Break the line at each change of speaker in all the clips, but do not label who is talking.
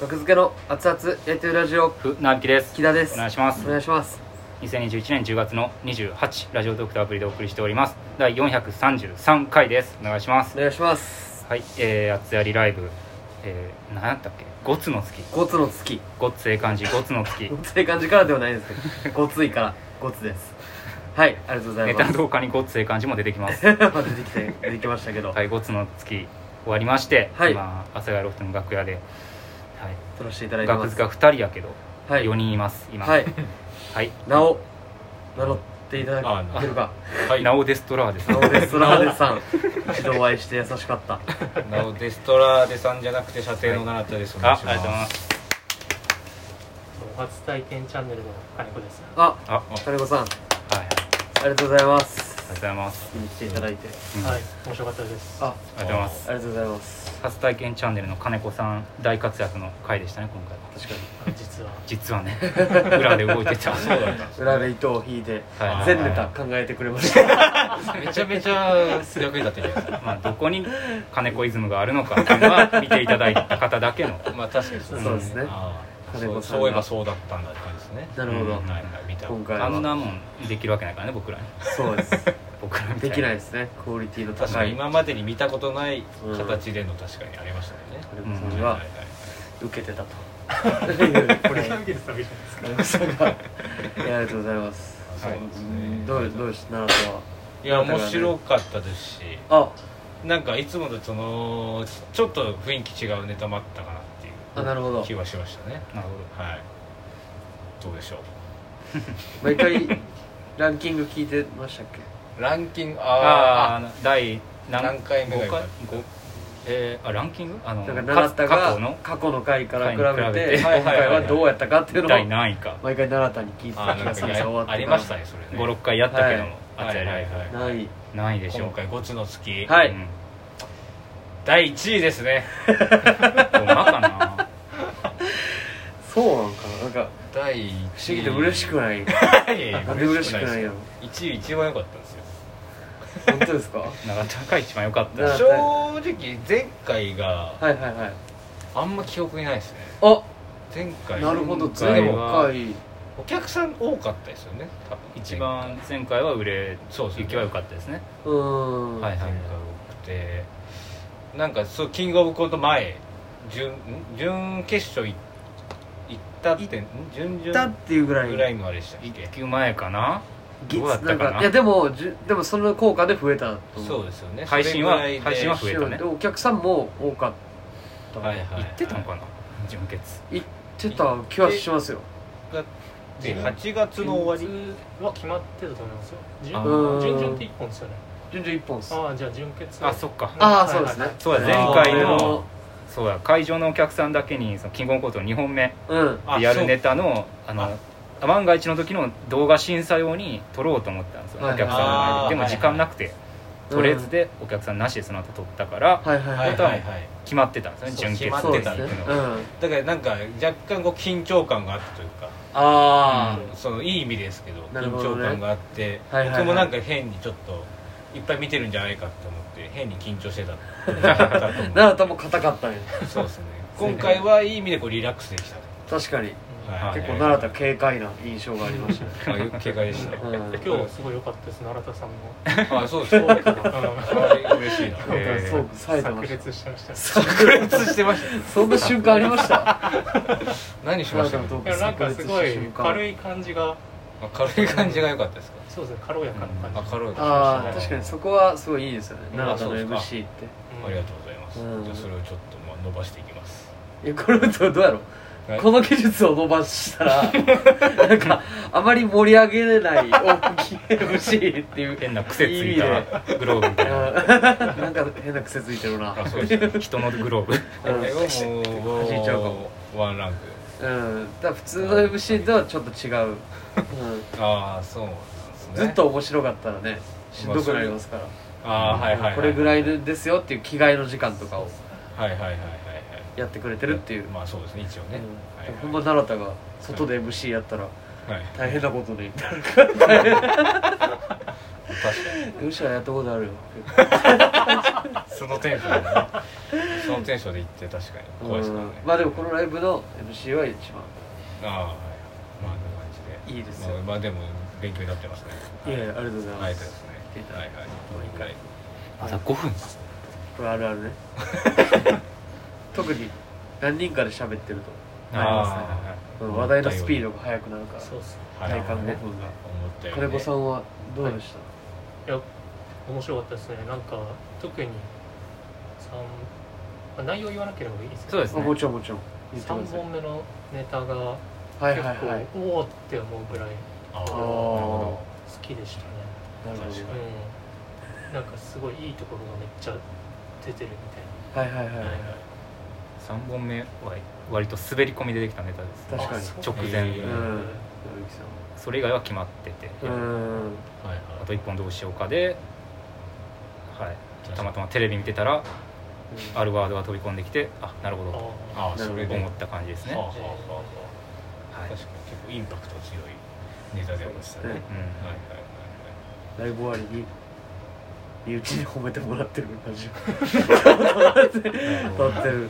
学付けの熱々やりとりラジオ
ふなびきです
木田です
お願いします
お願いします
2021年10月の28ラジオドクターアプリでお送りしております第433回ですお願いします
お願いします
はいえー、あつやりライブえー、何やったっけゴツの月
ゴツの月
ゴツええ感じゴツの月
ゴツい感じからではないんですけどゴツいからゴツですはいありがとうござい
ネ
ま
タ
す
動画にゴツええ感じも出てきます
まあ出てきて出てきましたけど、
はいゴツの月終わりまして、
はい
今阿佐ヶ谷ロフトの楽屋で、は
撮らせていただ
い、
いてま
楽
す
図が2人やけど、
はい
4人います今
はい
はい
なお名乗っていただけるか
はい、
ナ
な
オデストラーです
なおですそらでさん一度お会いして優しかった
おデストラーデさんじゃなくて射程の奈良田です、お願
あ
いし
ありがとうござい
ま
ますす
初体験チャンネルの金子です
あ
あはい
金子さんあ
ありがと
りがとうございま
うご
す
ざいます
見に来ていただいて
うん
はい面白かったです
あ
ありがとうございます
ありがとうございます
初体験チャンネルの金子さん大活躍の回でしたね今回は
確か
実は
実はね裏で動いてたそうだ
に裏で糸を引いて
はい
全ネタ考えてくれました
めちゃめちゃ役に立ってるやつ
まあどこに金子イズムがあるのかっていうのは見ていただいた方だけの
まあ確かにそ
そうですね
ああ
金
そ
子
う
さんが
そういえばそうだったんだって感じですね
なるほど、
うん
はいはい見た
今回は
あんなもんできるわけないからね僕らに
そう です
僕らみた
で
い
きない
い
ですねクオリティの
確
高
か
い
に今までに見たことない形での確かにありましたね、
金子さ
うんん
が
いい
受けてた というこれ金子さんがいやありがとうございます
あそうですね
どうどうでした奈良とはい
や面白かったですし
あ
なんかいつもとそのちょっと雰囲気違うネタもあったかなっていう
あなるほど
気はしましたね
なるほ
はいどうでしょう
毎回ランキング聞いてましたっけ
ランキング
どあ
あ
あ第
何回目
五
が良かっ
回
た
五えー、あランキングあの
だから奈良田
過去
が
の
過去の回から比べて
回に比べて
今
はいはいはい
回はどうやったかっていうの
第
を
何位か
毎回奈良田に聞いて
あ
た
ー
気
な
が
ん
するん
か
ですよ終わ
や
って
ありましたねそれね
56回やったけども、
はい
あつやライブ、
はいはい
ない
何位でしょう
今回「ゴツの月」
はい
うん、
第1位ですね
ほんまかな
そうなんかななんか
第
不
1位
思議で嬉しくない
いやいや
なんで嬉しくない
よ
よ
1位一番良かったんですよ
本当ですかは
長田が一番良かった
な
し
正直前回が
いはいはい
あんま記憶にないですね
あ
前回
なるほど
前
次
回
の
は
回
お客さん多かったですよね多分
一番前回は売れ
そうですね
行きは良かったですね
うーん
はい
前回多くてなんかそうキングオブコント前準ん準決勝い行ったってん準
行った
々
っていうぐらい
ぐらいまでしたっ
一
け
級前かな
ぎ
どうだったか
なん
な
かいやでもじゅでもその効果で増えたと思
そうですよね
配信は
それぐらいで
配信は増えたね
でお客さんも多かっ
はいはい
行ってたのかな準決
たってた気はしますよ
で8月の終わり
りは決まってたと思いますよ準
あ
ー
準々って一本ですよね
順々一本っす
ああじゃあ準決
あそっか
ああそうですね
そうだ前
あー
回
なるほ
のそうだ会場のお客さんだけにそのキングオブコントの2本目
うん
あ
リアルネタのあの万が一の時の動画審査用に撮ろうと思ったんですよ、
はいはい
お客さんの前ででも
あー
時間なくて、撮れずでお客さんなしでその後撮ったから
はいはい
は
はいい
はいはい
決まってたんですね
そう
準決
決
そうで
まって
す
た
ね
行くの
う
が
ん
だからなんか若干こう緊張感があったというか
あ
そのいい意味ですけど
なるほ
緊
ど
張
ね
感があって
はいはいはい
僕もなんか変にちょっといっぱい見てるんじゃないかと思って変に緊張してただと
あ
思う
奈良田も硬かったね
そうですね今回はいい意味でこうリラックスできた
確かに
はい
結構奈良田軽快な印象がありましたね
あよく警戒でした
うん
今日すごい良かったです奈良田さんの
あそうですか嬉しいな
そう かそうか冴えて
炸
ました
裂してましたよ
炸裂してました
そんな瞬間ありました
何しました
なんかどう
いやなんかすごい軽
い
い感じが
あ軽い感じが良かったですか
そうですね軽やかな
あ
感じ
軽い
ああ確かにそこはすごいいいですよね
まあ
奈良田の
そうですか
MC って
ありがとうございます
うん
じゃあそれをちょっとまあ伸ばしていきます
いやこれどうどうやろう
はい
この技術を伸ばした らなんかあまり盛り上げれない大きい MC っていう
変な癖ついたグローブみたいな
うん なんか変な癖ついてるな
あそうです ね
人のグロー ブ
これはもう
弾いちゃうかも
ワンランク
うんだから普通の MC とはちょっと違う、う
ああそうな
ん、
んですね
ずっと面白かったらねしんどくなりますから、
ああはいはい
これぐらい
で
でですよっていう着替えの時間とかを
はいはいはいはいはい
やってくれてるっていう、
まあそうですね一応ね
うん
はいはい
ほんま奈良田が外で MC やったら
はい
大変なことになる
確かに
むしろやったことあるよ
そのテンションでねそのテンションで行って確かに怖いですからね
うんまあでもこのライブの MC は一
ああはいまあこんな感
番
じで
いいですよ、
まあ、まあでも勉強になってますね
いやいやありがとうございます
はいありがとうございますねはいはいもう一回
まだ5分
これあるある ね特に何人かで喋ってると
あ
この話題のスピードが速くなるから
そうっす
あ
体感
ね
5分が
思ったよりね
金子さんはどうでした、
いや面白かったですねなんか特に三まあ内容言わなければいいですけ
そう
ど
です
あ
ね
もちろんもちろん言って
3
ください
本目のネタが
はい
結構、
はいはい
おおって思うぐらい
ああ
あ
な
あ
るほ
好きでしたね
なるほ
確か
うんなんかすごいいいところがめっちゃ出てるみたいな
どはいはいはい、
どはいはい
3本目は割と滑り込みでできたネタで
確
す
かに
あそう
直前
へ
うん
ー
山口さ
それ以外は決まってて
んうん
はい
あと1本どうしようかではい
はい
たまたまテレビ見てたらあるワードが飛び込んできてあなるほど
あー
ああそれで
と思った感じですね、
はあ
は
はあはあはいあ、確かに結構インパクト強いネタでありまし
そう
たねは
で
い
すね
うん
はいは
ライブ終
い
わりに身内に褒めてもらってる感じ
は
撮ってる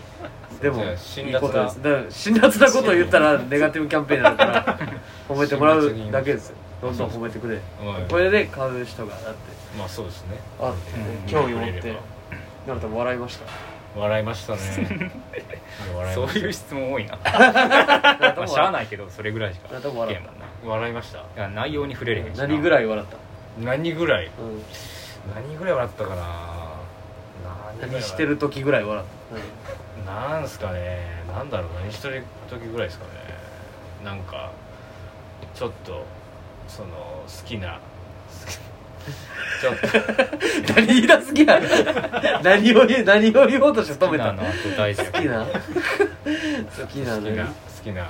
でも
じゃあ
い
辛
いこ
辣
と
な
ですだから辛辣なことを言ったらネガティブキャンペーンになるから褒めてもらうだけですよどんどん褒めてくれ
はいはい
これで買う人がだって
まあそうですね
あ
うん
興味を持っ
触れ
て
れば
なると笑いまし
笑いましたね
い
笑い
そう
ました
いう質問多いな
たなる
ま
と
あしゃあ
笑
ないけどそれぐらいしか
なると笑
い
っ
けんもんな
笑いました
いや内容に触れれへん
た
し
何ぐら
い
い笑っ
何ぐらい
た、うん
何ぐらい笑ったかなぐらい
何してる時ぐらい笑った、うん
なんすかねなんだろう何してる時ぐらいですかねなんかちょっとその好 きな好きちょっと
何言い出す気や何を言う何を言おうとして止めた
の
の
あと大事
好きな好きな
好
の
き
に
な好きな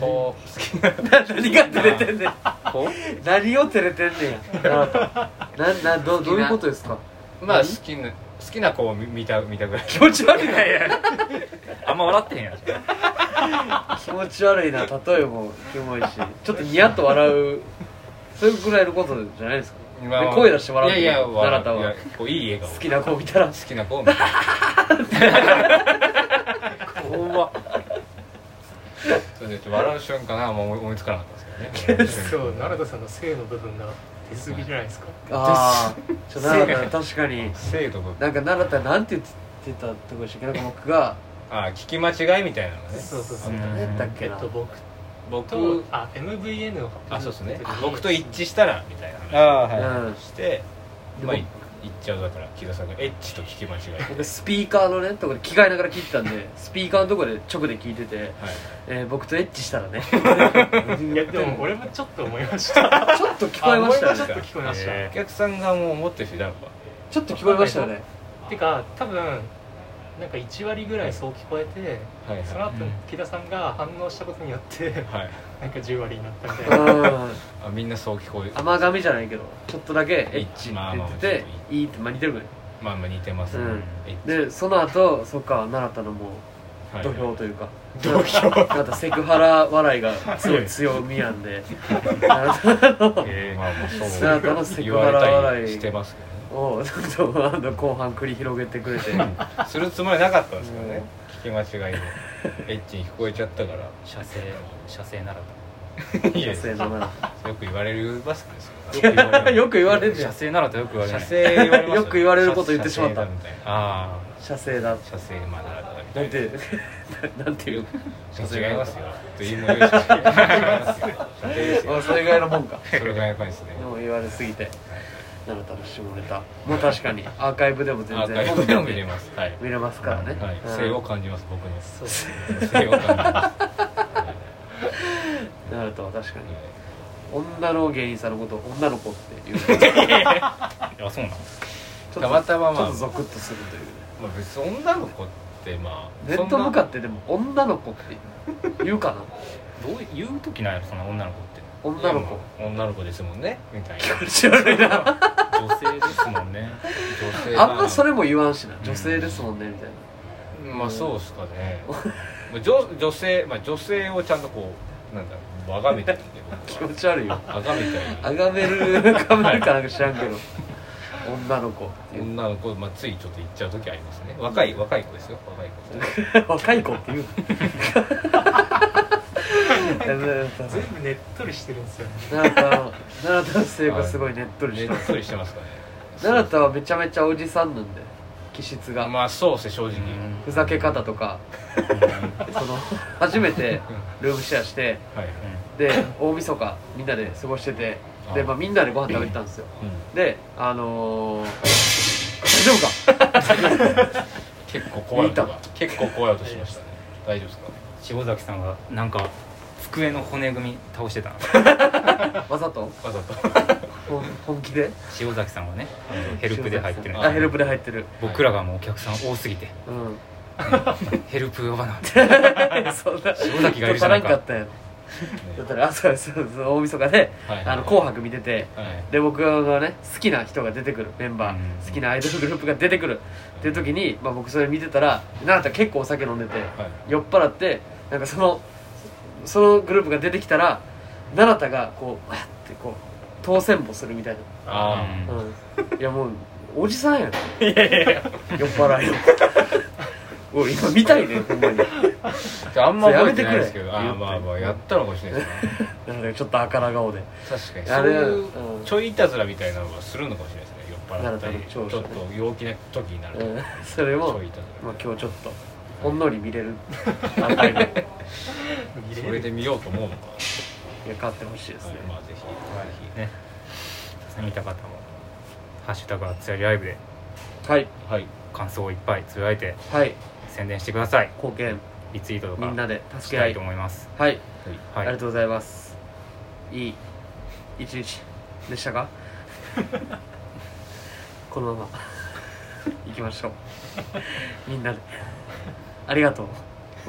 こう好きな
何が照れてんねん
こ
何を照れてんねんやなんなんどどういうことですか
まあ好きな好きな子を見見た見たぐらい
気持ち悪いな
あんま笑ってへんやん
気持ち悪いな例えもキモいしちょっとニヤッと笑うそういうぐらいのことじゃないですか、
まあまあ
で声出して笑う
いやいや
奈良田
いや
は
こういい笑
好
顔
きな子を見たら
好きな子を見た
怖
それで笑う瞬間はもう思いつかなかった ですけ
そ
ど
う
ね
奈良田さんの性の部分が出過ぎじゃないですか
ああちょ奈良田確かに
精度が
なんか奈良田なんて言ってたとこでしたっけなんか僕が
あ聞き間違いみたいなのね
そうそうそううん
何やったっ
え
け
っ
な
と僕と
僕
あ MVN の発表
あそうですね
の時に
僕と一致したらみたいな
あ
話
は
うん
して
で
ま
僕
あい言っちゃうだから木田さんがエッチと聞き間違いで
僕スピーカーのねとこで着替えながら聞いてたんでスピーカーのとこで直で聞いてて、
はい
えー僕とエッチしたらね
いやでも俺もちょっと思いました
ちょっと聞こえまし
あ
た
俺もちょっ
ね
と聞こえました、
え
お客さんがもう思ってる人いたのか
ちょっと聞こえましたね
てか多分なんか1割ぐらいそう聞こえて、
はい
その
は
後木田さんが反応したことによっ
い
て
はい
なんか10割になったみ
う
たいなん
あみんなそう聞こえ
甘噛みじゃないけどちょっとだけエッチって
まあ
言
まあ
ってていいってまあ似てるぐらい
まあまあ似てますね
うん
エッチ
でその後そっか奈良田のも
は
う
い
土俵というか
土俵
なんかセクハラ笑いがすごい強みやんで奈良田の
え
まあまあそう
スタートのセ
言
クハ
わ
ラ
れた
笑い
りしてますけどね
をちょっとあの後半繰り広げてくれて
するつもりなかったんですけどね聞き間違いでエッチに聞こえちゃったから
射精射精なら
いや
女性の奈良
よく言われるバスケです
と
よ
田よく言われるじゃん
射精ならとよく言われな
射
い
精言われます
よく言われること言ってしまった
射精だみたいな
あ
射精だ
射精まだだみた
ないんて なんていう
違いますよと言いもよし違いますよ射精ですよ
あそれぐらいのもんか
それがやばいですね
でも言われすぎて奈良田の下ネタもう確かにアーカイブでも全
アーカイ
然
ブでも見れますはい
見れますからね、
はい
うん
性を感じます僕の
そう
性を感じます
なるとは確かに
はい
女の芸人さんのことを女の子っていうちょ
ああそうなん
っと
たまたまま
ちょ
あ
っとゾクッとするというね
まあ別に女の子ってまあ
ネット向か
っ
ってでも女の子って言うかな
どう言う時なんやろそんな女の子って
女の子
女の子ですもんねみたいな
気持ち悪いな
女性ですもんね
女性
あんまそ
れ
れも言わんしな女性ですもんねみたいな
まあそうっすかねまあ女女性まあ女性をちゃんとこうなんだろうあがめてるんで
気
僕
持ち悪いよ
はあがめたいな
あがめるあがめるかなんか知らんけど女の子
女の子、まあ、ついちょっと行っちゃう時ありますね若い若い子ですよ若い子
若い子って言うの
全部ねっとりしてるんですよね
奈良田は奈良田の性格すごいねっとりし
ね
てます
っとりしてますかね
奈良田はめちゃめちゃおじさんなんで気質が、
まあそうですね正直、
ふざけ方とかその初めてルームシェアして
はいはい、
で大晦日みんなで過ごしててで、
あ
まあ、みんなでご飯食べてたんですよ
うん
であのー、大丈夫か
結構怖い音が結構怖い音しましたね大丈夫ですか
塩崎さんはなんか机の骨組み倒してたな
わざと
わざと
ほん本気で
塩崎さんはねあのヘルプで入ってるん
あ
で
ヘルプで入ってる
僕らがもうお客さん多すぎて
うん
ヘルプ呼ばな
そんな
塩崎がいるじゃないか
人足らんかったんやろだったら朝そうそう大晦日で「
はい
あの紅白」見てて
はい
で僕がね好きな人が出てくるメンバー、
うん
好きなアイドルグループが出てくるっていう時に、まあ、僕それ見てたら奈良田結構お酒飲んでて
はい
酔っ払ってなんかそのそのグループが出てきたら奈良田がこうわってこう当選簿するみたい
あ
な、うん、いやもうおじさんやん酔っ払い のおい今見たいねほんまに
あじゃああんま覚えてないですけど
それ
あ
やめ
ー
てくれ
まあまあやったのかもしれないですね
なんかちょっとあから顔で
確かに
あ
そう
れ
いう
うん
ちょいいたずらみたいなのはするのかもしれないですね酔っ払ったり
なる
ち
ほ
ょ
ど
っと陽気な時になると
うんそれ
ち
も
ょいいたず
まあ、今日ちょっとほんのり見れる段階で
ら
見
そ
れ
れ
る
で見ようと思うのか
いや勝ってほしいです
はい
ね、
まあぜひぜ
ね見た方も「ハッシュタグはつやりライブ」で
はい
ひはい
感想をいっぱいつぶやいて
はい
宣伝してください
貢献
リツイートと
みんな
か
で
し
助け合
た
い
いと思います
はい、あ
はい
りがとうございますいい一日でした か このまま行きましょうみんなでありがとう